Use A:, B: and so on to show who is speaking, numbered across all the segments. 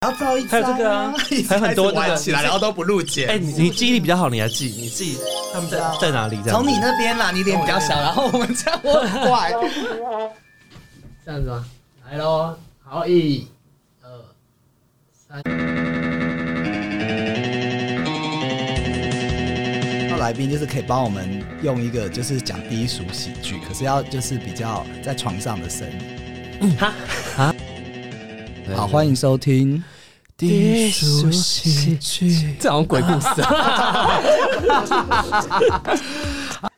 A: 好早一
B: 还有这 个啊
A: 一直
B: 还有很多
A: 开始
B: 那
A: 玩
B: 个
A: 起来，然后都不录节目。
B: 哎、你你记忆力比较好，你还记你自己他们在在哪里？这样
A: 从你那边啦，你脸比较小，然后我们这样我很怪。
C: 这样子吗？来喽，好，一、二、三。
A: 那来宾就是可以帮我们用一个就是讲低俗喜剧，可是要就是比较在床上的声音。好，欢迎收听。
B: 低俗喜剧， 这好像鬼故事、啊。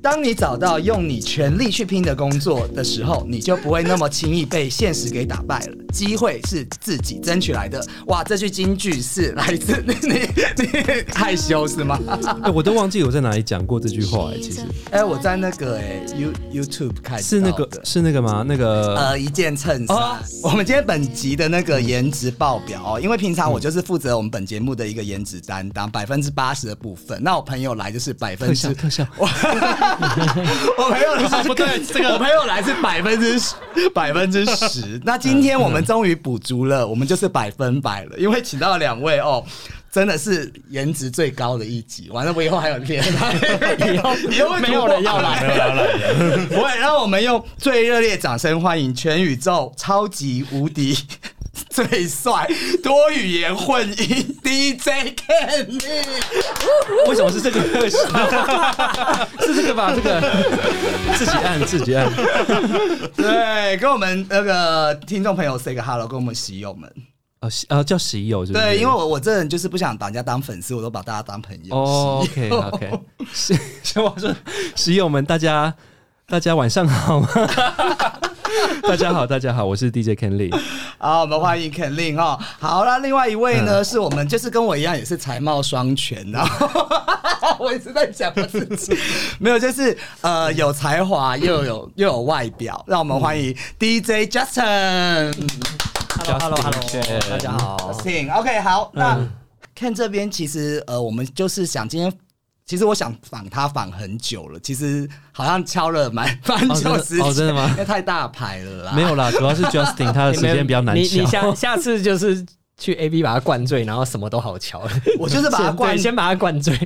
A: 当你找到用你全力去拼的工作的时候，你就不会那么轻易被现实给打败了。机会是自己争取来的。哇，这句金句是来自 你你你害羞是 吗？
B: 哎、我都忘记我在哪里讲过这句话、哎，其实
A: 哎、我在那个哎、You YouTube 看
B: 是那个是那个吗？那个、
A: 呃，一件衬衫。
B: 哦
A: 我们今天本集的那个颜值报表哦，因为平常我就是负责我们本节目的一个颜值担当，百分之八十的部分。那我朋友来就是百分
B: 特
A: 之
B: 效，特效，
A: 我 我朋友来
B: 不对这个
A: 我朋友来是百分之十，百分之十。那今天我们终于补足了，我们就是百分百了，因为请到两位哦。真的是颜值最高的一集，完了我以后还有恋爱，以 后以后会
C: 没有人要来
A: 没有人来了。 不会，让我们用最热烈掌声欢迎全宇宙超级无敌最帅多语言混音 DJ Kenny。
B: 为什么是这个特效？是这个吧？这个自己按自己按。
A: 对，跟我们那个听众朋友 say 个 hello，跟我们喜友们。
B: 哦，洗呃，叫喜友是不是？
A: 对，因为我我这人就是不想把人家当粉丝，我都把大家当朋友。
B: 哦
A: 喜
B: ，OK
A: 友
B: OK，是，所以我说喜友们，大家大家晚上好吗？大家好，大家好，我是 DJ Kenley。
A: 好，我们欢迎 Ken Lin 哈。好那另外一位呢，是我们就是跟我一样也是才貌双全的，我一直在讲我自己，没有，就是呃有才华又有又有外表，让我们欢迎 DJ Justin。
B: Hello，Hello，Hello，
A: 大家好，Justin。OK，好，
B: 嗯
A: 那看这边，其实呃，我们就是想今天。其实我想访他访很久了，其实好像敲了蛮蛮
B: 哦真
A: 久
B: 的
A: 时间、
B: 哦真的吗
A: 因为太大牌了啦。
B: 没有啦，主要是 Justin 他的时间比较难
C: 你你
B: 抢。
C: 下下次就是去 A B 把它灌醉，然后什么都好瞧。
A: 我 就是把它灌
C: 对先把它灌醉。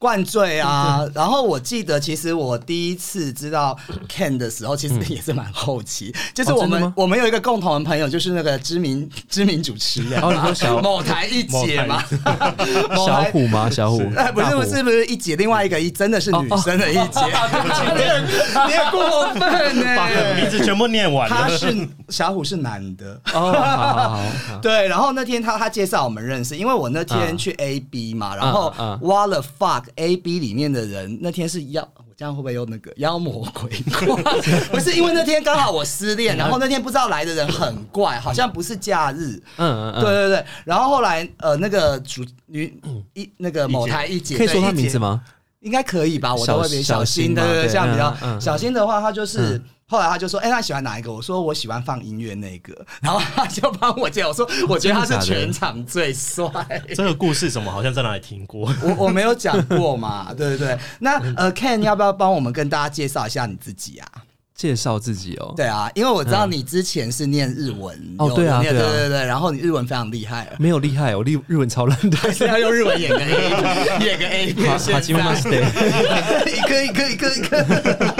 A: 灌醉啊！
B: 嗯
A: 然后我记得，其实我第一次知道 Ken 的时候，其实也是蛮后期。就是我
B: 嗯哦真的
A: 们、
B: 吗
A: 我们有一个共同的朋友，就是那个知名知名主持人，啊
B: 哦你说小
A: 某台一姐嘛， 某
B: 小
A: 台
B: 虎吗？小虎
A: 哎，，不
B: 大哦
A: 是
B: 虎
A: 不是不是一姐，另外一个一真的是女生的一 姐，你很你很过分呢、
D: 把名字全部念完
A: 他
D: 了。
A: 是小虎是男的。
B: 哦，好好好好，啊
A: 对，然后那天他他介绍我们认识，因为我那天去 A B 嘛，然后
B: 嗯嗯
A: What the fuck A B 里面的人那天是妖，我这样会不会又那个妖魔鬼 怪？不是，因为那天刚好我失
B: 嗯
A: 恋，然后那天不知道来的人很怪，好像不是假日。
B: 嗯嗯
A: 对
B: 嗯，
A: 对对，然后后来呃，那个主女一那个某台一姐，
B: 可以说
A: 对
B: 他
A: 一姐
B: 名字吗？
A: 应该可以吧？我都会比小心，
B: 小心嘛
A: 对对对，
B: 对
A: 这样比较、
B: 嗯嗯
A: 小心的话，他就是。
B: 嗯
A: 后来他就说：“哎、那喜欢哪一个？”我说：“我喜欢放音乐那个。” 然后他就帮我介绍，我
B: 哦
A: 说：“我觉得他是全场最帅。
D: 这个故事怎么好像在哪里听过？
A: 我我没有讲过嘛， 对不对？那
B: 嗯
A: 呃，Ken 要不要帮我们跟大家介绍一下你自己啊？
B: 介绍自己哦。
A: 对啊，因为我知道你之前是念日文，
B: 哦
A: 有
B: 对
A: 有
B: 啊
A: 念
B: 对
A: 对
B: 啊
A: 对对，然后你日文非常厉害，
B: 没有厉害，哦我日日文超烂的。
A: 还是要用日文演个 A 演个 A 片，
B: 哈基妈妈 stay
A: 一个一个一个一个。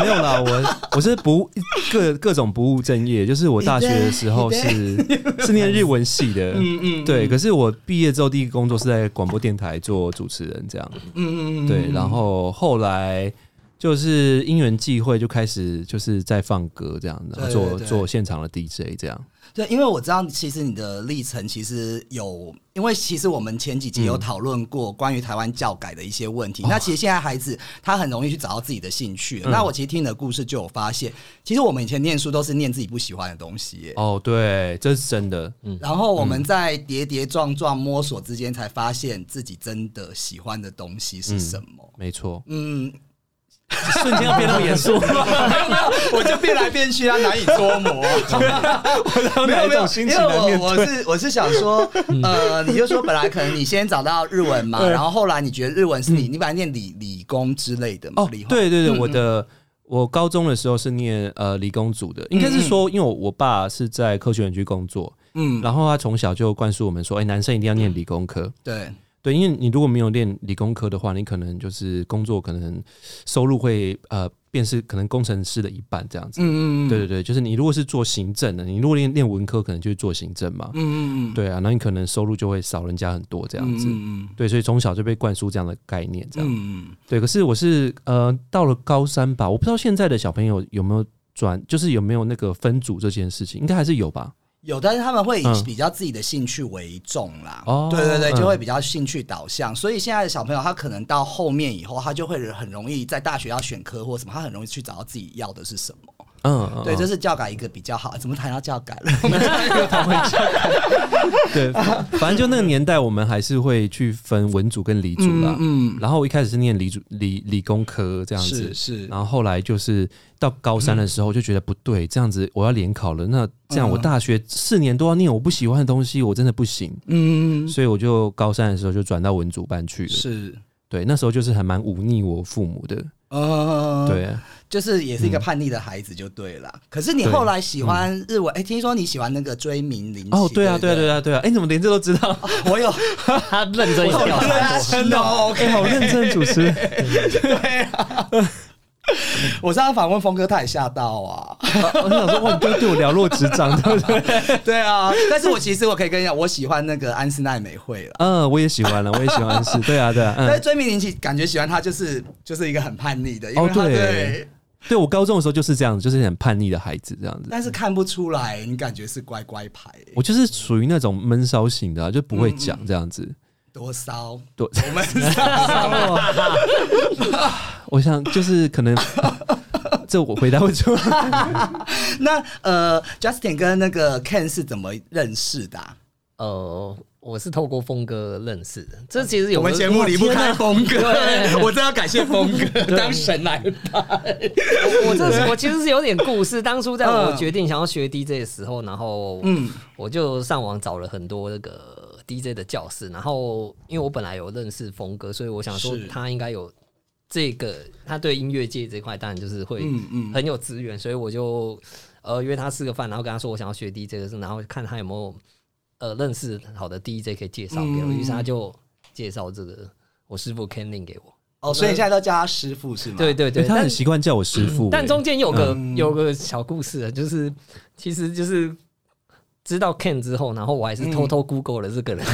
B: 没有啦，我我是不务各各种不务正业，就是我大学的时候是是念日文系的，嗯嗯，对。可是我毕业之后第一个工作是在广播电台做主持人，这样，嗯嗯，对。然后后来就是因缘际会，就开始就是在放歌这样，然后
A: 对
B: 做
A: 对对
B: 做现场的 DJ 这样。
A: 对，因为我知道，其实你的历程其实有，因为其实我们前几集有讨论过关于台湾教改的一些问题。那其实现在孩子他很容易去找到自己的兴趣了。那我其实听你的故事就有发现，其实我们以前念书都是念自己不喜欢的东西耶。
B: 哦，对，这是真的，
A: 然后我们在跌跌撞撞摸索之间，才发现自己真的喜欢的东西是什么。
B: 没错。
A: 嗯，
B: 瞬间要变那么严肃，
A: 我就变来变去，他啊难以捉摸。
B: 有
A: 没有
B: 哪一
A: 没有
B: 种，心
A: 因
B: 情来
A: 为
B: 面
A: 我我？
B: 对
A: 是我是想 说，呃，你就说本来可能你先找到日文嘛，然后后来你觉得日文是你，你本来念理理工之类的嘛，
B: 嗯哦
A: 理，化
B: 对对对，我的我高中的时候是念呃理工组的，应该是说，因为我我爸是在科学园区工作，
A: 嗯，
B: 然后他从小就灌输我们说，哎、男生一定要念理工科。
A: 对，
B: 对，因为你如果没有念理工科的话，你可能就是工作可能收入会呃，便是可能工程师的一半这样子。
A: 嗯嗯，
B: 对对对，就是你如果是做行政的，你如果念念文科，可能就是做行政嘛。
A: 嗯嗯嗯，
B: 对啊，然后你可能收入就会少人家很多
A: 这
B: 这样子。
A: 嗯
B: 对，所以从小就被灌输这样的概念，这样、
A: 嗯嗯，
B: 对。可是我是呃，到了高三吧，我不知道现在的小朋友有没有转，就是有没有那个分组这件事情，应该还是有吧。
A: 有，但是他们会以
B: 嗯
A: 比较自己的兴趣为重啦。
B: 哦
A: 对对对，
B: 嗯
A: 就会比较兴趣导向。所以现在的小朋友，他可能到后面以后，他就会很容易在大学要选科或什么，他很容易去找到自己要的是什么。
B: 嗯，嗯
A: 对，这
B: 是
A: 是教改一个比较好。怎么谈到教改了？
B: 对，反正就那个年代，我们还是会去分文组跟理组啦。
A: 嗯，
B: 然后我一开始是念理组理理工科这样子
A: 是，是，
B: 然后后来就是到高三的时候就觉得不对，这样子我要联考了，那这样我
A: 嗯
B: 大学四年都要念我不喜欢的东西，我真的不行。
A: 嗯，
B: 所以我就高三的时候就转到文组班去了。
A: 是，
B: 对，那时候就是还蛮忤逆我父母的。
C: 嗯
A: 呃，
B: 对，啊嗯
A: 就是也是一个叛逆的孩子就对了。可是你后来喜欢日文，哎、听说你喜欢那个追名林
B: 哦，对啊，
A: 不
B: 对啊，对啊啊，对啊。哎、你怎么连这都知道？
A: 我有
C: 他认真调查过，
A: 真的哦
B: 哎、好认真，主持人。
A: 啊我上次访问峰哥，他也吓到 啊。
B: 哦我想说，哇，你都对我了若指掌，对不对？
A: 对啊，但是我其实我可以跟你讲，我喜欢那个安室奈美惠了。
B: 嗯，我也喜欢了，我也喜欢是，对啊，对啊，
A: 但是
B: 嗯，
A: 追名林其实感觉喜欢他就是就是一个很叛逆的，因为
B: 哦
A: 他
B: 对
A: 对，
B: 对我高中的时候就是这样子，就是很叛逆的孩子这样子。
A: 但是看不出来，你感觉是乖乖牌，
B: 我就是属于那种闷骚型的啊、就不会讲
C: 嗯
B: 这样子。
A: 多骚，
B: 多
A: 我们骚
B: 我想就是可能， 这我回答不出来。
A: 那呃，Justin 跟那个 Ken 是怎么认识的啊、
C: 呃，我是透过峰哥认识的，这其实有
A: 我们节目离不开峰哥，
C: 对
A: 我真要感谢峰哥，当神来
C: 我这是我其实是有点故 事。当初在我
A: 嗯
C: 决定想要学 DJ 的时候，然后
A: 嗯
C: 我就上网找了很多那个 DJ 的教室，然后因为我本来有认识峰哥，所以我想说
A: 是
C: 他应该有这个，他对音乐界这块当然就是会
A: 嗯嗯
C: 很有资源，所以我就呃约他吃个饭，然后跟他说我想要学 DJ 的事，然后看他有没有呃认识好的 DJ 可以介绍给我，
A: 嗯
C: 于是他就介绍这个我师傅 Kenning 给我。
A: 哦，所以你现在都叫他师傅是吗？
C: 对对
B: 对
C: 对，
B: 他很
C: 但
B: 习惯叫我师傅、
C: 但
B: 哎
C: 中间有个、
A: 嗯
C: 有个小故事啊，就是其实就是知道 Ken 之后，然后我还是偷偷 Google 了这个人，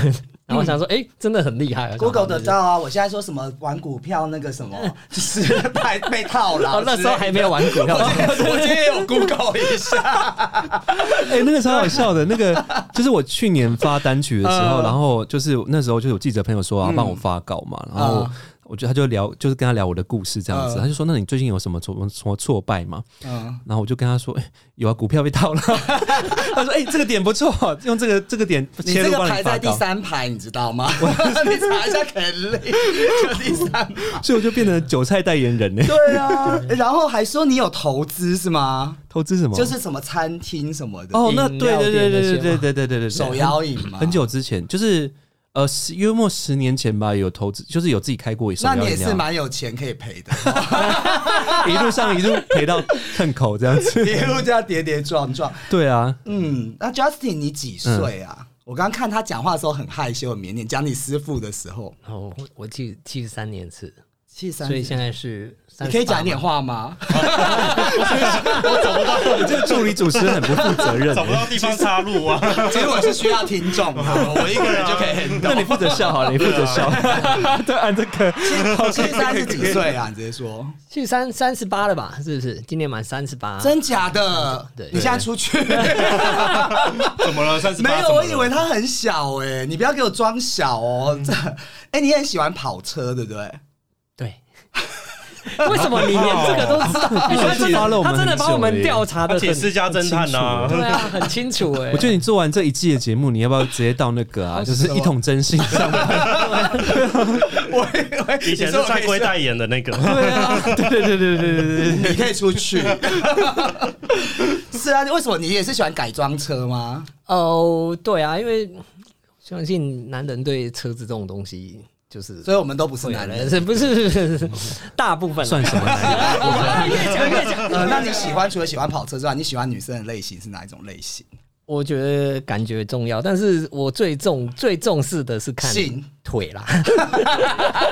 C: 然后想说，哎、真的很厉害啊
A: 嗯，Google 得
C: 的。
A: 到啊！我现在说什么玩股票那个什 么，就是被被套牢
C: 哦
A: 之类的。
C: 那时候还没有玩股 票，
A: 我今天 有 Google 一下，
B: 哎、那个超好笑的，那个就是我去年发单曲的时候，
A: 嗯
B: 然后就是那时候就有记者朋友说啊，
A: 嗯
B: 帮我发稿嘛，然后
A: 嗯
B: 我觉得他就聊，就是跟他聊我的故事这样子，
A: 嗯
B: 他就说，那你最近有什么挫什么挫败吗？
A: 嗯，
B: 然后我就跟他说，哎、有啊，股票被套了。 他说，哎、这个点不错，用这个这个点
A: 你
B: 切
A: 这
B: 入
A: 个
B: 帮
A: 排
B: 发
A: 在第
B: 稿，
A: 三排，你知道吗？ 你查一下肯力， 就第三排。
B: 所以我就变成韭菜代言人 呢、
A: 对啊，然后还说你有投资是吗？
B: 投资什么？
A: 就是什么餐厅什么的，
B: 哦，那
C: 饮
B: 对
C: 料
B: 对对
C: 店那
B: 对
C: 些
B: 对对
C: 吗
B: 对对对对，
A: 手摇啊饮嘛，
B: 很。久之前就是。呃，十约莫十年前吧，有投资，就是有自己开过手摇
A: 那
B: 饮啊
A: 你
B: 料。
A: 也是蛮有钱可以赔的，
B: 一路上一路赔到恨口这样子。
A: 一路这样跌跌撞撞。
B: 对啊，
A: 嗯，那 Justin 你几岁啊？我刚刚看他讲话的时候很害羞、很腼腆，讲你师傅的时候，
C: 哦，我七七十三年次，
A: 七三
C: 所，以现在是
A: 你可以讲一点
C: 点，
A: 话吗？
B: 你这个助理主持人很不负责 任
D: 找。不到地方插入啊！
A: 其实我是需要听众啊的，我一个人就可以很
B: 那你负责笑好了，你负责笑。 对，按这个。
A: 七三是几岁啊？你直接说，
C: 七三三十八了吧？是不是？今年满三十八，
A: 真假的？
C: 啊对
A: 你现在出去
D: 怎么了？三十 八？
A: 没有？我以为他很小哎、你不要给我装小哦。这哎、你很喜欢跑车对不对？
C: 对。 为什么你连这个都知 道？
B: 你
C: 他真
B: 发了
C: 的
B: 我们
C: 他真的
B: 很久
C: 把我们
B: 耶
C: 调查的
D: 而且
C: 很
D: 私家侦探呐、
C: 对啊，很清 楚哎。
B: 我觉得你做完这一季的节目，你要不要直接到那个啊，就是一桶真 心上班？
A: 我以为
D: 以前
A: 你
D: 是
A: 说我可
D: 犯
A: 以
D: 规
A: 笑
D: 代言的那个，
B: 对啊，对对对对对对对。
A: 你可以出去。啊 是啊，为什么你也是喜欢改装车吗？
C: 哦，对啊，因为相信男人对车子这种东西就是
A: 所以我们都不是
C: 会有
A: 男
C: 人
A: 人。
C: 是不是是是大部分啊
B: 算什么男人？
C: 么？越讲越讲，
A: 呃，那你喜欢除了喜欢跑车之外，你喜欢女生的类型是哪一种类型？
C: 我觉得感觉重要，但是我最重最重视的是看
A: 性
C: 腿啦，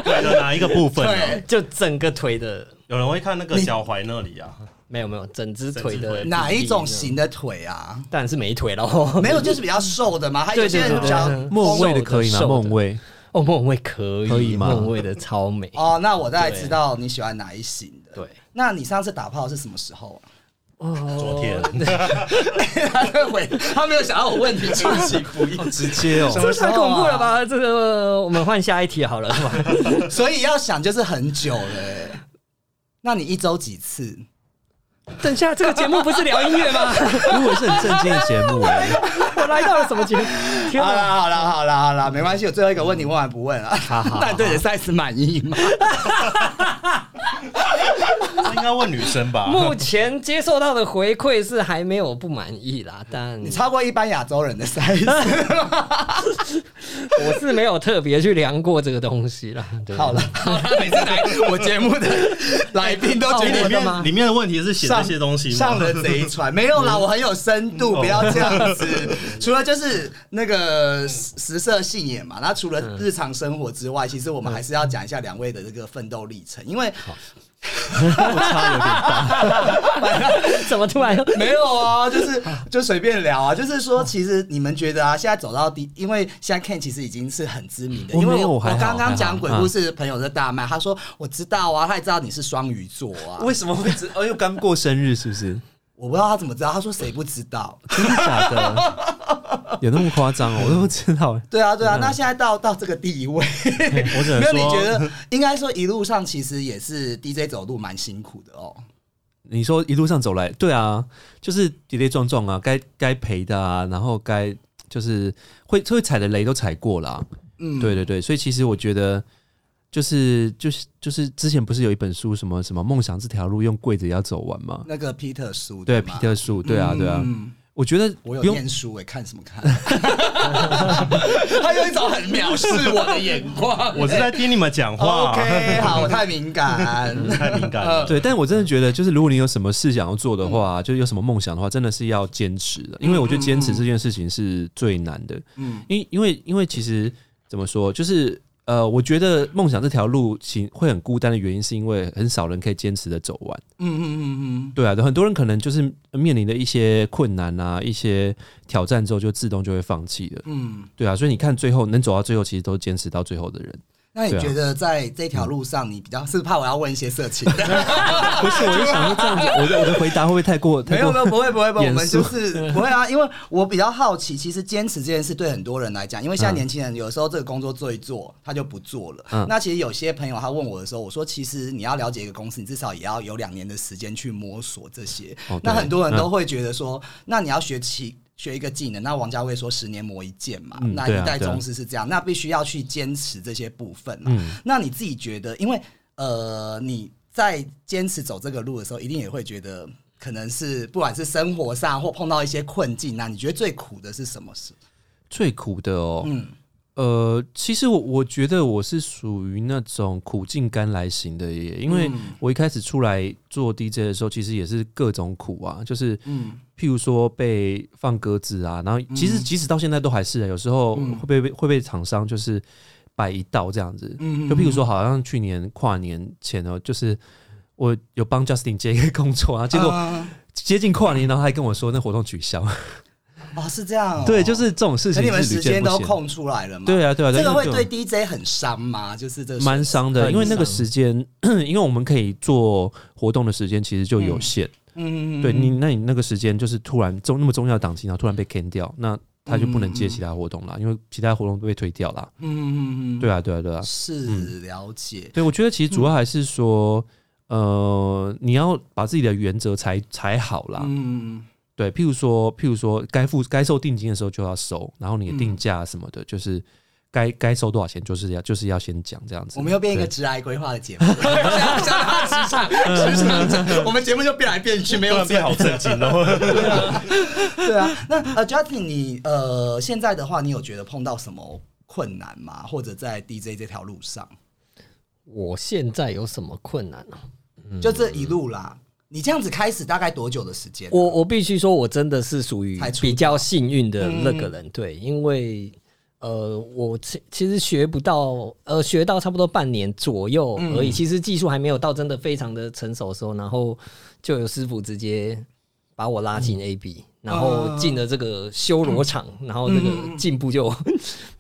D: 腿的哪一个部分啊？
A: 对
C: 就整个腿的
D: 有人会看那个脚踝那里啊，
C: 没有没有，整只腿
D: 整只
C: 的
D: 腿
A: 哪一种？型的腿啊？
C: 当然是美腿喽。
A: 没有，就是比较瘦的嘛。还有
C: 对
A: 些
C: 对
A: 人
C: 对
A: 比较
C: 对，
B: 梦位的可以吗？
C: 瘦的
B: 梦位
C: 哦，孟伟可以，
B: 可以吗
C: 孟伟的超美，
A: 哦，那我大概知道你喜欢哪一型的。
C: 对，
A: 那你上次打炮是什么时候啊？
D: 昨
C: 哦
D: 天
A: 他在回，他没有想到我问题，出其不意。
B: 直接哦，
C: 这太恐怖了吧？这个我们换下一题好了，是吧？
A: 所以要想就是很久了欸、那你一周几次？
C: 等一下，这个节目不是聊音乐吗？
B: 如果是很正经的节目哎，
C: 我来到了什么 节目？天
A: 好
C: 哪！
A: 啦好啦好啦好啦，没关系，我最后一个问题问完不问了。啊那你对你的 size 满意吗？
D: 这应该问女生吧？
C: 目前接受到的回馈是还没有不满 意啦，但
A: 你超过一般亚洲人的 size。
C: 我是没有特别去量过这个东西啦。对
A: 好了，好了，每次来我节目的来宾都觉
D: 哎
A: 得
C: 真
D: 里
C: 的吗
D: 面里面的问题是写这些东西吗
A: 上了贼船，没有啦，我很有深度，不要这样子。除了就是那个食色性也嘛，那除了日常生活之外，其实我们还是要讲一下两位的这个奋斗历程，因为
C: 怎么突然又？
A: 没有啊，就是就随便聊啊，就是说，其实你们觉得啊，现在走到第，因为现在 Ken 其实已经是很知名的，
B: 我
A: 因
B: 没有
A: 为我
B: 我还好
A: 刚
B: 还
A: 刚
B: 好嗯
A: 讲鬼故事，朋友在大卖，他说我知道啊，他也知道你是双鱼座啊，
B: 为什么会知？哦，又刚过生日是不是？
A: 我不知道他怎么知道，他说谁不知道？
B: 真的假的？ 有那么夸张哦？我都不知道哎。
A: 对啊，对啊，那现在到到这个地位，
D: 我只能
A: 没有你觉
D: 说，
A: 得应该说一路上其实也是 DJ 走路蛮辛苦的哦，
B: 你说一路上走来，对啊，就是跌跌撞撞啊，该该赔的啊，然后该就是会会踩的雷都踩过啦、
A: 嗯，
B: 对对对，所以其实我觉得。就是就是就是之前不是有一本书什么什么梦想这条路用跪着也要走完吗？
A: 那个 Peter 叔
B: 对，
A: 吗
B: 皮特树，对啊对啊，
A: 嗯
B: 我觉得
A: 我
B: 不
A: 有
B: 用
A: 念书哎、看什么看？他用一种很藐视我的眼光。
D: 我是在听你们讲话，嗯
A: OK，好，我太敏感。呃
D: 太敏感了。
B: 对，但我真的觉得，就是如果你有什么事想要做的
A: 嗯
B: 话，就是有什么梦想的话，真的是要坚持的，因为我觉得坚持这件事情是最难的。
A: 嗯，
B: 因因为因为其实怎么说，就是呃，我觉得梦想这条路行会很孤单的原因，是因为很少人可以坚持的走完。
A: 嗯嗯嗯
B: 对啊，很多人可能就是面临的一些困难啊、一些挑战之后，就自动就会放弃了。
A: 嗯嗯。
B: 对啊，所以你看，最后能走到最后，其实都坚持到最后的人，
A: 那你
B: 对啊
A: 觉得在这条路上，你比较是怕我要问一些色情？
D: 嗯
B: 不是？我就想说这样子，我的我的回答会不会太过
A: 没
B: 太
A: 有
B: 过
A: 没有，不会不会不会，我
B: 严
A: 们就
B: 肃
A: 是不会啊，因为我比较好奇，其实坚持这件事对很多人来讲，因为现
D: 嗯
A: 在年轻人有时候这个工作做一做，他就不做了。
B: 嗯
A: 那其实有些朋友他问我的时候，我说其实你要了解一个公司，你至少也要有两年的时间去摸索这些。
B: 哦
A: 那
B: 对
A: 很多人都会觉得说，那你要学起。学一个技能，那王家卫说十年磨一剑嘛，
B: 嗯
A: 那
B: 对啊
A: 一代
B: 对啊
A: 宗师是这样，那必须要去坚持这些部分嘛。
B: 嗯
A: 那你自己觉得，因为呃，你在坚持走这个路的时候，一定也会觉得，可能是不管是生活上或碰到一些困境那你觉得最苦的是什么事？
B: 最苦的哦？
A: 嗯，
B: 呃，其实我我觉得我是属于那种苦尽甘来型的耶，因为
A: 嗯
B: 我一开始出来做 DJ 的时候，其实也是各种苦啊，就是
A: 嗯
B: 譬如说被放鸽子啊，然后其实即使到现在都还是啊，有时候
A: 嗯
B: 会被、会被厂商就是摆一道这样子，
A: 嗯
B: 就譬如说好像去年跨年前哦，就是我有帮 Justin 接一个工作啊，结果
A: 啊、
B: 接近跨年，然后他还跟我说那活动取消，
A: 哦是这样哦、
B: 对，就是这种事
A: 可
B: 情
A: 你
B: 是
A: 们
B: 屡
A: 时
B: 见
A: 间
B: 不
A: 都
B: 鲜
A: 空出来了嘛？
B: 对啊对啊，
A: 这
B: 因
A: 个
B: 为
A: 会
B: 种
A: 对 DJ 很伤吗？就是这个
B: 蛮伤的，
C: 很
B: 因为那个
C: 伤
B: 时间， 因为我们可以做活动的时间其实就有限。
A: 嗯
B: 对你，那你那个时间就是突然重那么重要的档期，然后突然被 can 掉，那他就不能接其他活动啦，因为其他活动都被推掉啦。
A: 嗯嗯嗯嗯，
B: 对啊，对啊，对啊。
A: 是嗯了解。
B: 对，我觉得其实主要还是说，呃，你要把自己的原则才才好啦。
A: 嗯，
B: 对，譬如说，譬如说，该付该收定金的时候就要收，然后你的
A: 嗯
B: 定价什么的，就是该该收多少钱，就是要就是要先讲这样子。
A: 我们又变一个
B: 对
A: 直癌规划的 节目，像像职场职场，我们节目就变来变去，没
D: 突
A: 有
D: 然变好震惊 哦！
A: 对啊，那呃，Justin，你呃，现在的话，你有觉得碰到什么困难吗？或者在 DJ 这条路上，
C: 我现在有什么困难呢、啊
B: 嗯
A: 就这一路啦，你这样子开始大概多久的时间？
C: 我我必须说，我真的是属于
A: 才出
C: 比较幸运的那
B: 嗯
C: 个人，对，因为呃，我其其实学不到，呃，学到差不多半年左右
A: 嗯
C: 而已，其实技术还没有到真的非常的成熟的时候，然后就有师傅直接把我拉
A: 嗯
C: 进 AB，、然
A: 哦
C: 后进了这个修罗场，然后这个进步就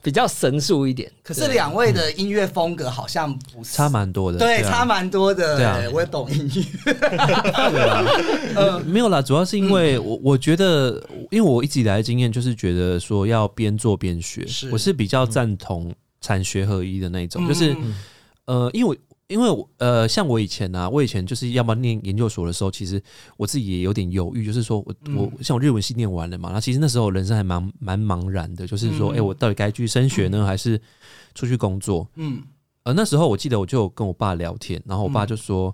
C: 比较神速一点。
A: 嗯可是两位的音乐风格好像不是
B: 差蛮多的，
A: 对，
B: 啊
A: 差蛮多的。欸
B: 对啊
A: 我也懂音乐。
B: 没有啦，主要是因为我我觉得，因为我一直以来的经验就是觉得说要边做边学，
A: 是嗯
B: 我是比较赞同产学合一的那种，就是呃，因为我。因为我呃，像我以前啊，我以前就是要么念研究所的时候，其实我自己也有点犹豫，就是说我、我像我日文系念完了嘛，那其实那时候人生还蛮蛮茫然的，就是说，哎、我到底该去升学呢，还是出去工作？
A: 嗯
B: 呃，那时候我记得我就有跟我爸聊天，然后我爸就说，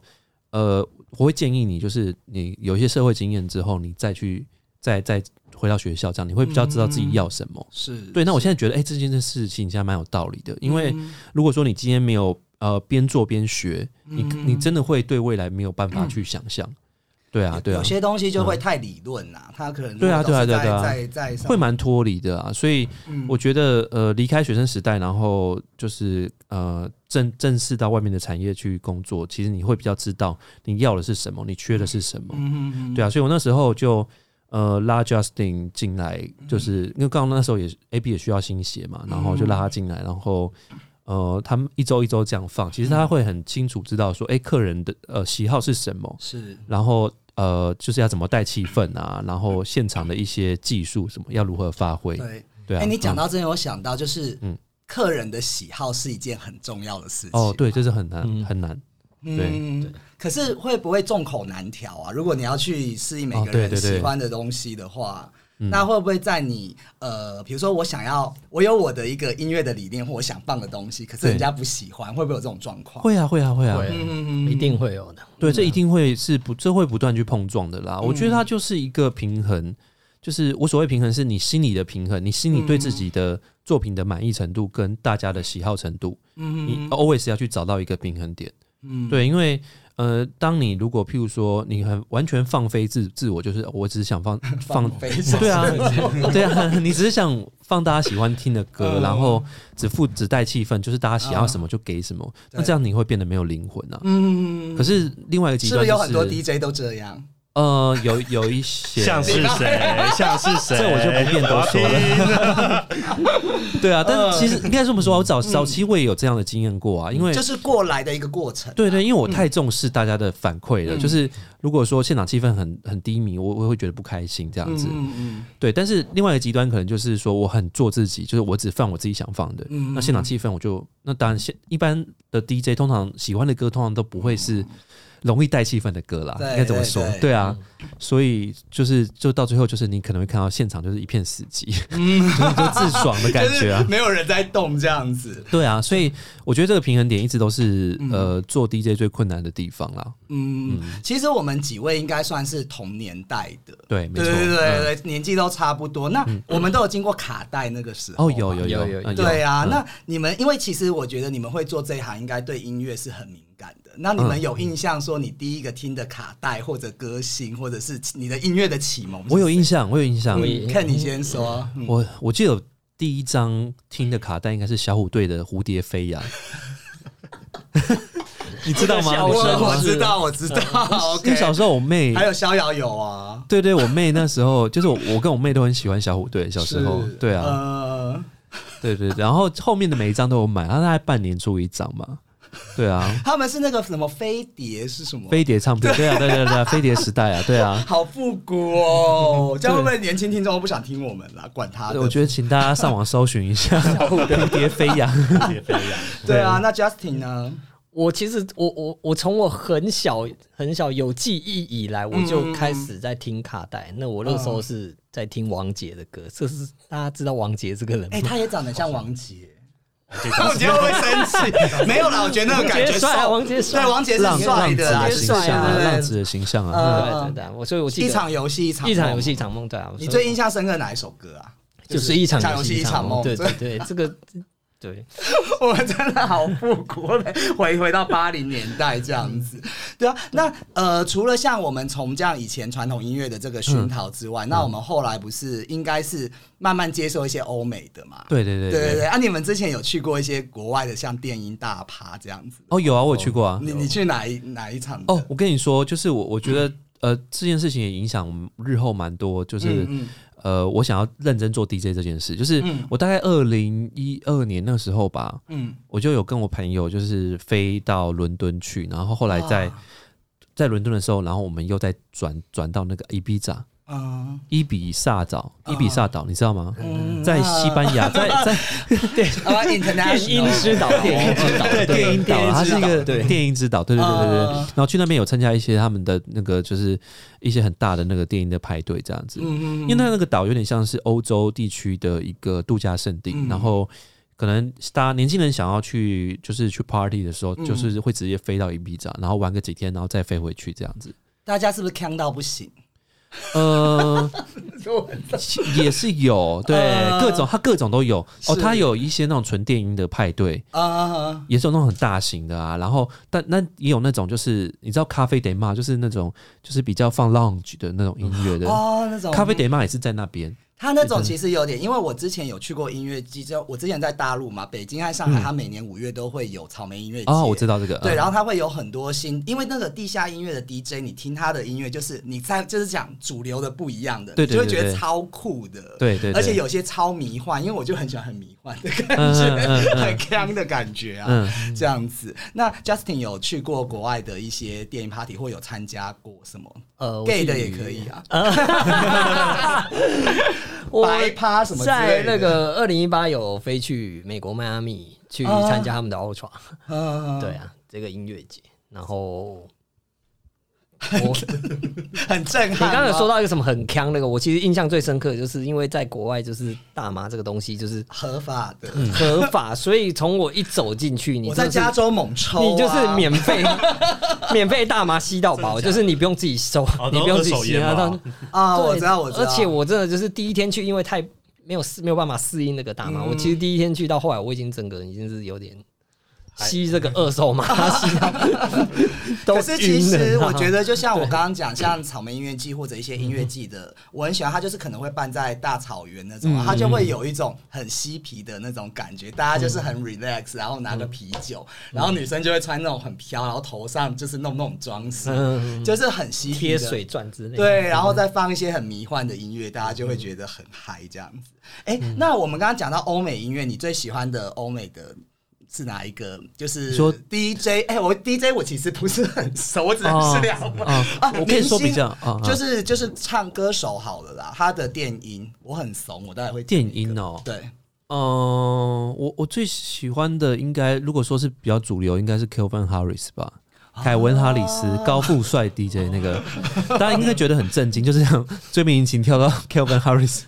B: 呃，我会建议你，就是你有一些社会经验之后，你再去再再回到学校，这样你会比较知道自己要什么。
A: 是
B: 对，那我现在觉得，哎、这件事情现在蛮有道理的，因为
A: 嗯
B: 如果说你今天没有呃边做边学，你你真的会对未来没有办法去想象。对啊，对啊
A: 有，些东西就会太理论啦，他可能
B: 对啊
A: 如果
B: 对
A: 都
B: 啊
A: 是
B: 对啊
A: 在在在
B: 会蛮脱离的啊，所以
A: 嗯
B: 我觉得呃，离开学生时代，然后就是呃，正正式到外面的产业去工作，其实你会比较知道你要的是什么，你缺的是什么，
A: 嗯
B: 对啊，所以我那时候就呃拉 Justin 进来，就是因为刚刚那时候也 AB 也需要新鞋
A: 嗯
B: 嘛，然后就拉他进来，然后。呃，他们一周一周这样放，其实
A: 嗯
B: 他会很清楚知道说，哎、客人的呃喜好是什么，
A: 是
B: 然后呃，就是要怎么带气氛啊，然后现场的一些技术什么要如何发挥，
A: 对。
B: 对啊。
A: 哎，你讲
B: 嗯
A: 到这边，我想到就是
B: 嗯
A: 客人的喜好是一件很重要的事情。
B: 哦，对，这是很难、很难，
A: 嗯，可是会不会众口难调啊？如果你要去适应每
B: 哦
A: 个
B: 对
A: 人
B: 对对
A: 喜欢的东西的话，
B: 嗯
A: 那会不会在你呃，比如说我想要，我有我的一个音乐的理念或我想放的东西，可是
B: 对
A: 人家不喜欢，会不会有这种状况？
B: 会啊，会啊，会啊，
D: 会
A: 嗯，嗯嗯
C: 一定会有的，
B: 对，这一定会是不，这会不断去碰撞的啦。我觉得它就是一个平衡，就是我所谓平衡，是你心里的平衡，你心里对自己的作品的满意程度跟大家的喜好程度，你 always 要去找到一个平衡点。
A: 嗯
B: 对，因为呃，当你如果譬如说你很完全放飞自自我，就是我只是 想放放
A: 飞自
B: 对啊， 对啊，你只是想放大家喜欢听的
A: 嗯
B: 歌，然后只负只带气氛，就是大家想要什么就给什么，那这样你会变得没有灵魂啊。
A: 嗯，
B: 可是另外一个极
A: 是不
B: 端
A: 是
B: 就
A: 有很多 DJ 都这样？
B: 呃，有有一些
D: 像是谁？像是谁？
B: 这我就不便多说
D: 了。
B: 对啊，但是其实应该这么说，我早早期我也有这样的经验过啊，因为
A: 嗯就是过来的一个过程。
B: 对对，因为我太重视大家的反馈
A: 嗯
B: 了，就是如果说现场气氛很很低迷，我我会觉得不开心这样子。
A: 嗯嗯
B: 对，但是另外一个极端可能就是说我很做自己，就是我只放我自己想放的。
A: 嗯
B: 那现场气氛我就那当然现一般的 DJ 通常喜欢的歌通常都不会是容易带气氛的歌啦，
A: 嗯对
B: 应该怎么说
A: 对对？嗯
B: 对啊，所以就是就到最后就是你可能会看到现场就是一片死寂， 就是就自爽的感觉
A: 嗯就
B: 啊
A: 是。没有人在动这样子。
B: 对啊，所以我觉得这个平衡点一直都是呃做 DJ 最困难的地方啦。
A: 嗯，其实我们几位应该算是同年代的，
B: 对，没
A: 对
B: 错，
A: 对
B: 嗯
A: 对对，年纪都差不多。那我们都有经过卡带那个时候
B: 哦，
A: 嘛，
B: 有有
C: 有有
B: 有，嗯
A: 对啊，
B: 有嗯
A: 那你们因为其实我觉得你们会做这一行，应该对音乐是很敏感的。那你们有印象说你第一个听的卡带或者歌星，或者是你的音乐的启蒙？
B: 我有，印象，我有印象，
C: 我
A: 看你先说。嗯
B: 我我记得有第一张听的卡带应该是小虎队的《蝴蝶飞啊呀》，你 知道吗？
C: 小
B: 你
C: 虎
B: 知道
A: 我
B: 吗
A: 我知道，我知道。
B: 因
A: OK，
B: 为小时候我妹，
A: 还有逍遥游啊，
B: 对对，我妹那时候就是我，我跟我妹都很喜欢小虎队，小时候
A: 是，
B: 对啊，
A: 呃，
B: 对对，对然后后面的每一张都有买，她大概半年出一张嘛，对啊，
A: 他们是那个什么飞碟是什么？
B: 飞 碟唱片，对啊，对对对对，飞碟时代啊，对啊。
A: 好复古 哦！这样会不会年轻听众都不想听我们啦？管他的，
B: 我觉得请大家上网搜寻一下 蝴蝶飞呀，
A: 对啊。那 Justin 呢？
C: 我其实我我我从我很小很小有记忆以来，我
A: 嗯
C: 就开始在听卡带。那我那时候是在听王杰的歌，这是大家知道王杰这个人
A: 哎、
C: 吗？
A: 他也长得像王杰。王杰会不会生气？没有啦，我觉得那个感觉
C: 王杰帅啊
A: 瘦
C: 王杰帅
A: 对王杰是
B: 浪
A: 帅
B: 浪子
A: 的啦，
B: 的
A: 是
B: 形
A: 帅
B: 象啊，
A: 的，
B: 浪
A: 对不
B: 子
A: 对
B: 的形象
A: 呃
B: 啊，
C: 对对对，我所以我记得
A: 一场游戏一场
C: 一场
A: 梦
C: 游戏一场梦，对啊。
A: 你最印象深刻哪一首歌啊？
C: 就是一场
A: 游
C: 游
A: 戏
C: 戏
A: 一
C: 一
A: 场
C: 场
A: 梦
C: 梦，对
A: 对
C: 对对，这个对，
A: 我们真的好复古，回回到八零年代这样子，对啊。那呃，除了像我们从这样以前传统音乐的这个熏陶之
B: 嗯
A: 外，那我们后来不是应该是慢慢接受一些欧美的嘛？
B: 对对对
A: 对对对。啊，你们之前有去过一些国外的，像电音大趴这样子？
B: 哦，有啊，我有去过啊。
A: 你你去哪一哪一场的？
B: 哦，我跟你说，就是我我觉得、呃这件事情也影响我们日后蛮多，就是、
A: 嗯
B: 呃我想要认真做 DJ 这件事，就是
A: 嗯
B: 我大概二零一二年那时候吧，
A: 嗯
B: 我就有跟我朋友就是飞到伦敦去，然后后来在
A: 哇
B: 在伦敦的时候，然后我们又再转转到那个伊比萨。
A: 嗯嗯
B: 伊比萨岛，伊比萨岛，你知道吗？
A: 啊嗯
B: 在西班牙， 在在
A: 啊，international，
C: 电音之岛，电音之岛，
B: 对电音岛，它是一个
C: 对
B: 电音之岛，对对对对对。
A: 嗯
B: 然后去那边有参加一些他们的那个，就是一些很大的那个电音的派对这样子。
A: 嗯
B: 因为它那个岛有点像是欧洲地区的一个度假胜地，
A: 嗯
B: 然后可能大家年轻人想要去就是去 party 的时候，
A: 嗯
B: 就是会直接飞到伊比萨，然后玩个几天，然后再飞回去这样 子。
A: 大家是不是呛到不行？嗯
B: 呃，也是有 对、
A: 呃
B: 各种，它各种都有哦。
A: 是
B: 它有一些那种纯电音的派对，
A: 啊，
B: 也是有那种很大型的啊。然后，但那也有那种就是你知道咖啡得嘛，就是那种就是比较放 lounge 的那种音乐的、
A: 哦，那种
B: 咖啡得嘛也是在那边。
A: 他那种其实有点，因为我之前有去过音乐季，就我之前在大陆嘛，北京和上海，它每年五月都会有草莓音乐节。
B: 嗯哦，我知道这个。
A: 对，
B: 嗯
A: 然后它会有很多新，因为那个地下音乐的 DJ，你听他的音乐，就是你在就是讲主流的不一样的，
B: 对对
A: 你就
B: 对
A: 会觉得
B: 对
A: 超酷的，
B: 对对对
A: 而且有些超迷幻，因为我就很喜欢很迷幻的感
B: 嗯嗯
A: 觉，
B: 嗯 嗯
A: 很康的感觉啊，
B: 嗯
A: 这样子。那 Justin 有去过国外的一些电影 party 或有参加过什么
C: 呃
A: gay 的也可以啊，
C: 我
A: 白趴什么之
C: 在
A: 类的
C: 那个二零一八有飞去美国迈阿密去
A: 啊
C: 参加他们的 Ultra，
A: 嗯，
C: 对啊，这个音乐节。然 后我
A: 很震
C: 你
A: 撼吗。啊
C: 刚才说到一个什么很坑那个，我其实印象最深刻的就是因为在国外就是大麻这个东西就是
A: 合法的，
D: 嗯
C: 合法，所以从我一走进去，嗯你
A: 我在
C: 真的是
A: 加州猛抽啊、
C: 你就是免 费免费大麻吸到饱，就是你不用自己收，你不用自己吸
D: 哦都二手烟嘛
C: 对
A: 啊，我知道，我知道，
C: 而且我真的就是第一天去，因为太没有适没有办法适应那个大
A: 嗯
C: 麻。我其实第一天去到后来，我已经整个人已经是有点吸这个二 手麻吸到都
A: 可是其实我觉
C: 得
A: 得，就像我刚刚讲，像草莓音乐季或者一些音乐季的，
C: 嗯
A: 我很喜欢它，就是可能会办在大草原那种啊，它就会有一种很嬉皮的那种感觉，大家就是很 relax，然后拿
C: 嗯
A: 个啤酒，然后女生就会穿那种很飘，然后头上就是弄那种装饰，
C: 嗯
A: 就是很嬉皮
C: 贴
A: 的
C: 水钻之类的，
A: 对，然后再放一些很迷幻的音乐，大家就会觉得很嗨这样子。哎、
B: 嗯
A: 那我们刚刚讲到欧美音乐，你最喜欢的欧美的是哪一个？就是
B: 你说
A: DJ，哎、我 DJ 我其实不是很熟，我只认识
B: 哦
A: 两位、
B: 哦
A: 啊
B: 我可以说
A: 明星
B: 比较啊啊
A: 就是就是唱歌手好了啦，他的电音我很怂，我大概会
B: 电
A: 讲一个
B: 音哦
A: 对，
B: 嗯、我我最喜欢的应该，如果说是比较主流，应该是 Kelvin Harris 吧。
A: 啊
B: 凯文·哈里斯、高富帅 DJ 那个，大家应该觉得很震惊，就是这样追命引擎跳到 Kelvin Harris。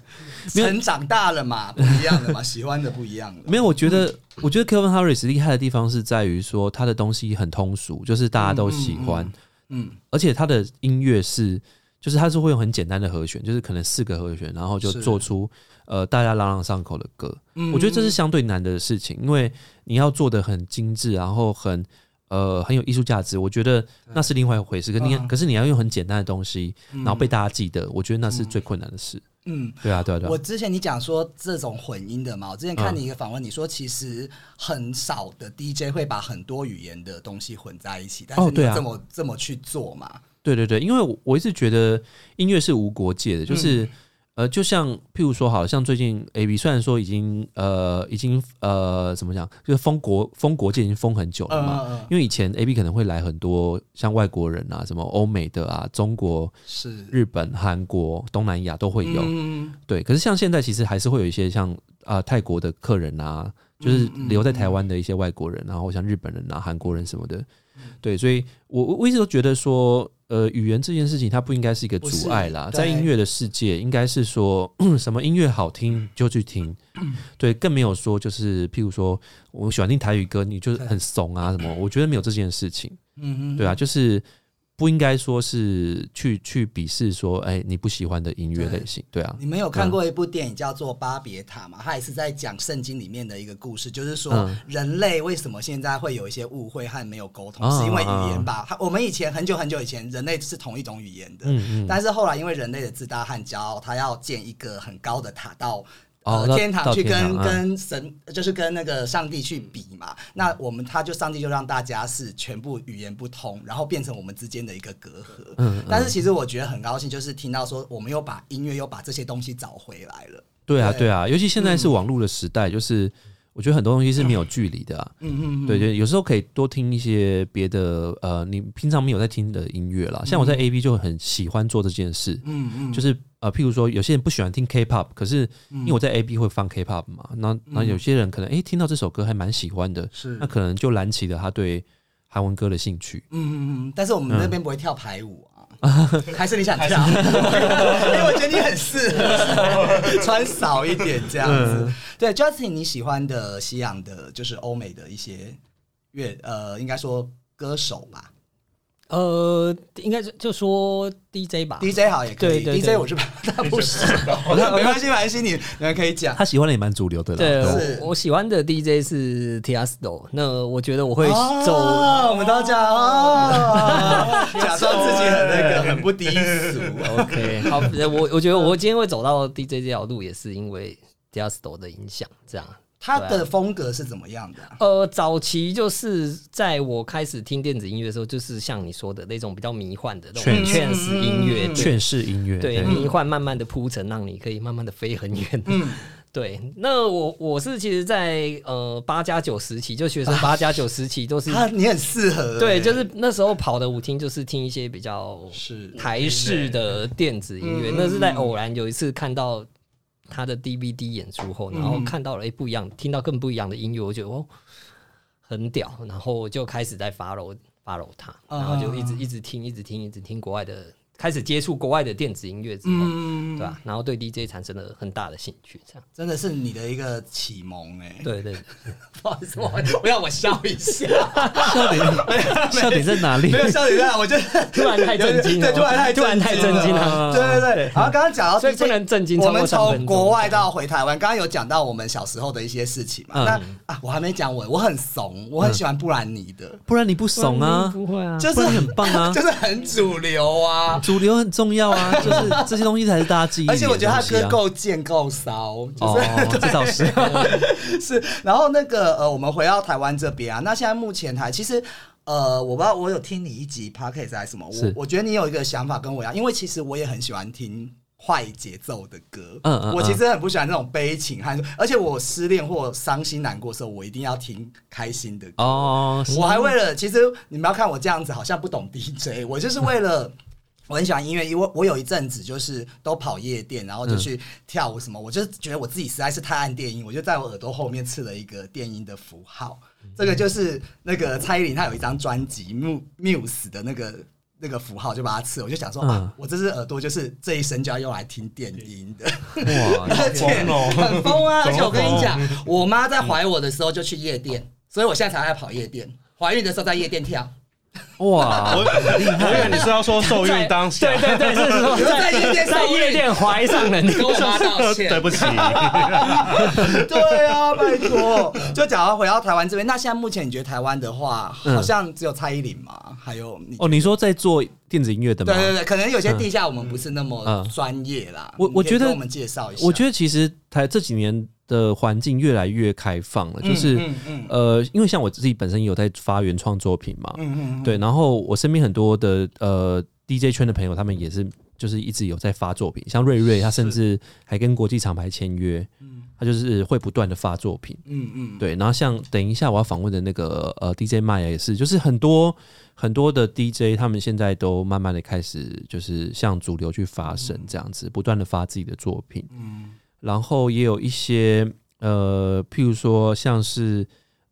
B: 没有
A: 成长大了嘛，不一样了嘛，喜欢的不一样了。
B: 没有，我觉得，我觉得 Kelvin Harris 厉害的地方是在于说他的东西很通俗，就是大家都喜欢，
A: 嗯，
B: 而且他的音乐是，就是他是会用很简单的和弦，就是可能四个和弦，然后就是做出呃大家朗朗上口的歌。
A: 嗯
B: 我觉得这是相对难的事情，因为你要做的很精致，然后很呃很有艺术价值，我觉得那是另外一回事。可你、
A: 嗯
B: 可是你要用很简单的东西，
A: 嗯
B: 然后被大家记得，我觉得那是最困难的事。
A: 嗯。
B: 对啊，对啊，对嗯
A: 我
B: 啊。
A: 之前你讲说这种混音的嘛，我之前看你一个访问，你说其实很少的 DJ 会把很多语言的东西混在一起，但是
B: 哦
A: 你
B: 对啊
A: 这么、这么去做嘛？
B: 对对对，因为我我一直觉得音乐是无国界的，就是、
A: 嗯
B: 呃，就像譬如说好，像最近 A B 虽然说已经呃已经呃怎么讲，就是封国封国界已经封很久了嘛。
A: 嗯，
B: 因为以前 A B 可能会来很多像外国人啊，什么欧美的啊、中国、
A: 是
B: 日本、韩国、东南亚都会有。
A: 嗯
B: 对，可是像现在其实还是会有一些像啊、呃泰国的客人啊，就是
A: 嗯
B: 留在台湾的一些外国人，然后像日本人啊、韩国人什么的。
A: 嗯
B: 对，所以我我我一直都觉得说，呃，语言这件事情它不应该是一个
A: 不是
B: 阻碍啦，
A: 对
B: 在音乐的世界应该是说 什么音乐好听就 去听，对，更没有说就是譬如说我喜欢听台语歌，你就是很怂啊什么，我觉得没有这件事情，
A: 嗯嗯，
B: 对啊，就是不应该说是去去鄙视说，哎、你不喜欢的音乐类型，对啊，
A: 你们有看过一部电影叫做《巴别塔》吗？它也是在讲圣经里面的一个故事，就是说
B: 嗯
A: 人类为什么现在会有一些误会和没有沟通，
B: 啊
A: 是因为语言吧？它我们以前很久很久以前，人类是同一种语言的，
B: 嗯嗯，
A: 但是后来因为人类的自大和骄傲，他要建一个很高的塔到。
B: 哦
A: 呃，
B: 到
A: 天堂去
B: 到天
A: 跟
B: 堂嗯
A: 跟神，就是跟那个上帝去比嘛。那我们他就上帝就让大家是全部语言不通，然后变成我们之间的一个隔阂。
B: 嗯嗯
A: 但是其实我觉得很高兴，就是听到说我们又把音乐又把这些东西找回来了。
B: 对啊
A: 对嗯
B: 对啊，尤其现在是网络的时代，就是我觉得很多东西是没有距离的啊，
A: 嗯嗯，
B: 对对，有时候可以多听一些别的呃，你平常没有在听的音乐啦。像我在 A B 就很喜欢做这件事，
A: 嗯嗯，
B: 就是呃，譬如说有些人不喜欢听 K-pop，可是因为我在 A B 会放 K-pop 嘛，那那有些人可能诶听到这首歌还蛮喜欢的，
A: 嗯是
B: 那可能就燃起了他对韩文歌的兴趣。
A: 嗯嗯嗯，但是我们那边不会跳排舞啊，还是你想跳？因为我觉得你很适合，穿少一点这样子。对，Justin，你喜欢的西洋的，就是欧美的一些乐，呃，应该说歌手吧
C: 呃，应该就就说 DJ 吧
A: ，DJ 好也可以
C: 啊对对对
A: ，DJ 我是不他不是，没关系，没关系，你你们可以讲。
B: 他喜欢的也蛮主流的啦。
C: 对，
A: 是
C: 我我喜欢的 DJ 是 Tiasto，那我觉得我会走，
A: 哦我们都讲哦，假装自己很那个，
D: 啊
A: 很不低俗。
C: OK，好，我我觉得我今天会走到 DJ 这条路，也是因为 Diasto 的影响。这样，
A: 他的风格是怎么样的啊？
C: 呃，早期就是在我开始听电子音乐的时候，就是像你说的那种比较迷幻的那
B: 劝
C: 种劝世音乐，对
B: 劝世音乐，
C: 对迷幻慢慢的铺陈，让你可以慢慢的飞很远。
A: 嗯，
C: 对，那我我是其实在，呃八加九时期，就学生八加九时期都是。
A: 他你很适合欸，
C: 对，就是那时候跑的舞厅，就是听一些比较
A: 是
C: 台式的电子音乐，
A: 嗯
C: 那是在偶然有一次看到他的 DVD 演出后，然后看到了哎、诶不一样，听到更不一样的音乐，我觉得哦很屌，然后我就开始在 follow follow 他，然后就一直一直听，一直听，一直听国外的，开始接触国外的电子音乐之后，
A: 嗯
C: 哦对吧、然后对 DJ 产生了很大的兴趣，这样。
A: 真的是你的一个启蒙哎、
C: 对对，欸不好意思，我让我笑一下，
B: 笑点笑点在哪 里
A: 没？有笑点在，我觉得
C: 突然太震惊了，
A: 对，突然太
C: 突然太震惊了。嗯
A: 对对对，然后刚刚讲到，
C: 所以不能震惊
A: 我
C: 超过
A: 们
C: 三分
A: 从
C: 钟
A: 国外到回台湾，刚刚有讲到我们小时候的一些事情嘛。
B: 嗯
A: 那啊，我还没讲我，我很怂，我很喜欢布兰妮的，
B: 不然你不怂啊？
C: 嗯不会啊，
A: 就是
B: 不然很棒啊
A: 就是很主流 啊。
B: 主流很重 要啊，就是这些东西才是大家记忆里
A: 而
B: 的东西
A: 且
B: 啊。
A: 我觉得他歌够贱够骚，就是
B: 哦，这倒是。
A: 是，然后那个呃，我们回到台湾这边啊，那现在目前台其实。呃，我不知道，我有听你一集 podcast 还是什么，我
B: 是
A: 我觉得你有一个想法跟我一样，因为其实我也很喜欢听快节奏的歌，
B: 嗯嗯
A: 我其实很不喜欢那种悲情和，而且我失恋或伤心难过的时候，我一定要听开心的歌，
B: 哦，
A: 我还为了，其实你们要看我这样子，好像不懂 DJ，我 就是为了。我很喜欢音乐，因为我有一阵子就是都跑夜店，然后就去跳舞什么。我就觉得我自己实在是太按电音，我就在我耳朵后面刺了一个电音的符号。这个就是那个蔡依林，她有一张专辑《Muse》的那个那个符号，就把它刺了。我就想说、
B: 嗯
A: 啊，我这只耳朵就是这一生就要用来听电音的。
B: 哇，
A: 而且
D: 疯哦
A: 很疯啊！而
D: 怎么
A: 且我跟你讲，我妈在怀我的时候就去夜店，所以我现在才爱跑夜店。怀孕的时候在夜店跳，
B: 哇，
D: 我我以为你是要说受孕当下，
C: 对对对，是说
A: 有在夜店上
C: 在
A: 瘾
C: 夜 店怀上了你。
A: 跟我妈道歉。
D: 对不起，
A: 对啊，拜托。就讲到回到台湾这边，那现在目前你觉得台湾的话，
B: 嗯
A: 好像只有蔡依林嘛，还有你。
B: 哦，你说在做电子音乐的吗
A: 对？对对，可能有些地下我们不是那么
B: 嗯
A: 专业啦。
B: 我
A: 你
B: 我
A: 可以
B: 觉得
A: 跟我们介绍一下。
B: 我觉得其实台这几年的环境越来越开放了，
A: 嗯
B: 就是、
A: 嗯嗯
B: 呃，因为像我自己本身也有在发原创作品嘛，
A: 嗯嗯，
B: 对，然后我身边很多的呃 DJ 圈的朋友，他们也是就是一直有在发作品，像瑞瑞他甚至还跟国际厂牌签约，他就是会不断的发作品。
A: 嗯嗯
B: 对，然后像等一下我要访问的那个呃 DJ 麦也是，就是很多很多的 DJ 他们现在都慢慢的开始就是向主流去发声，这样子不断的发自己的作品，
A: 嗯
B: 然后也有一些呃，譬如说像是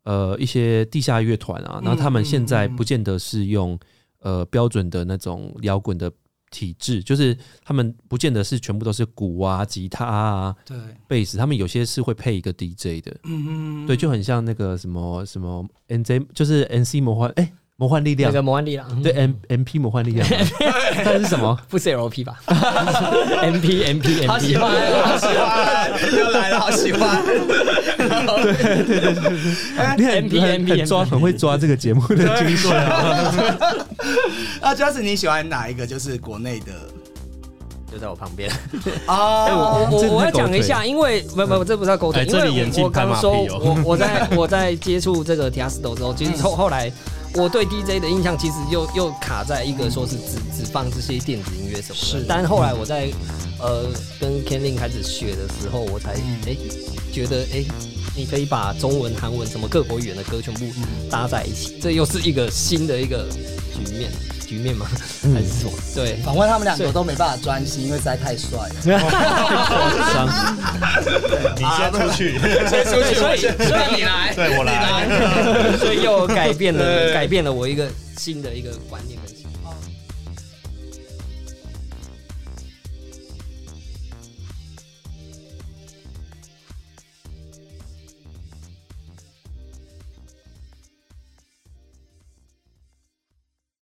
B: 呃一些地下乐团啊，然后他们现在不见得是用呃标准的那种摇滚的体制，就是他们不见得是全部都是鼓啊、吉他啊、
A: 对，
B: 贝斯，他们有些是会配一个 DJ 的。
A: 嗯嗯
B: 对，就很像那个什么什么 NJ，就是 NC 魔幻，哎、魔幻力
C: 那
B: 量
C: 个，魔幻力量，
B: 对 M M P 魔幻力 量，它是什么？
C: 不是 LP 吧？MP MP
A: 好喜
C: MP，
A: 欢，好喜欢，又来了，好喜欢。
B: 你很
C: MP
B: 很很抓，很会抓这个节目的精髓啊！
A: 那呃 Justin，你喜欢哪一个？就是国内的
C: 就在我旁边。哎、
A: 哦，
C: 我
B: 这
C: 我我
B: 是
C: 要
B: 狗
C: 讲一
B: 腿
C: 下，因为不不，这不是要狗腿，
D: 哎
C: 因
D: 这
C: 为
D: 里眼
C: 我
D: 镜
C: 我刚
D: 拍
C: 刚
D: 马
C: 说，
D: 屁哦
C: 我
D: 嗯
C: 我 在我在接触这个 t i a s t o 之后，其实后后来我对 DJ 的印象其实又又卡在一个说是只只放这些电子音乐什么的，
A: 是
C: 但后来
D: 嗯
C: 我在呃跟 Kenlin 开始学的时候，我才
D: 嗯
C: 哎、觉得哎。你可以把中文、韩文什么各国语言的歌全部
D: 嗯
C: 搭在一起，这又是一个新的一个局面，局面吗？
D: 嗯
C: 还是什么？对，
A: 访问他们两个都没办法专心，因为实在太帅了。
B: 伤
D: 你先出去，
C: 对，所以所以你来，
D: 对我来。
C: 所以又改变了，改变了我一个新的一个观念跟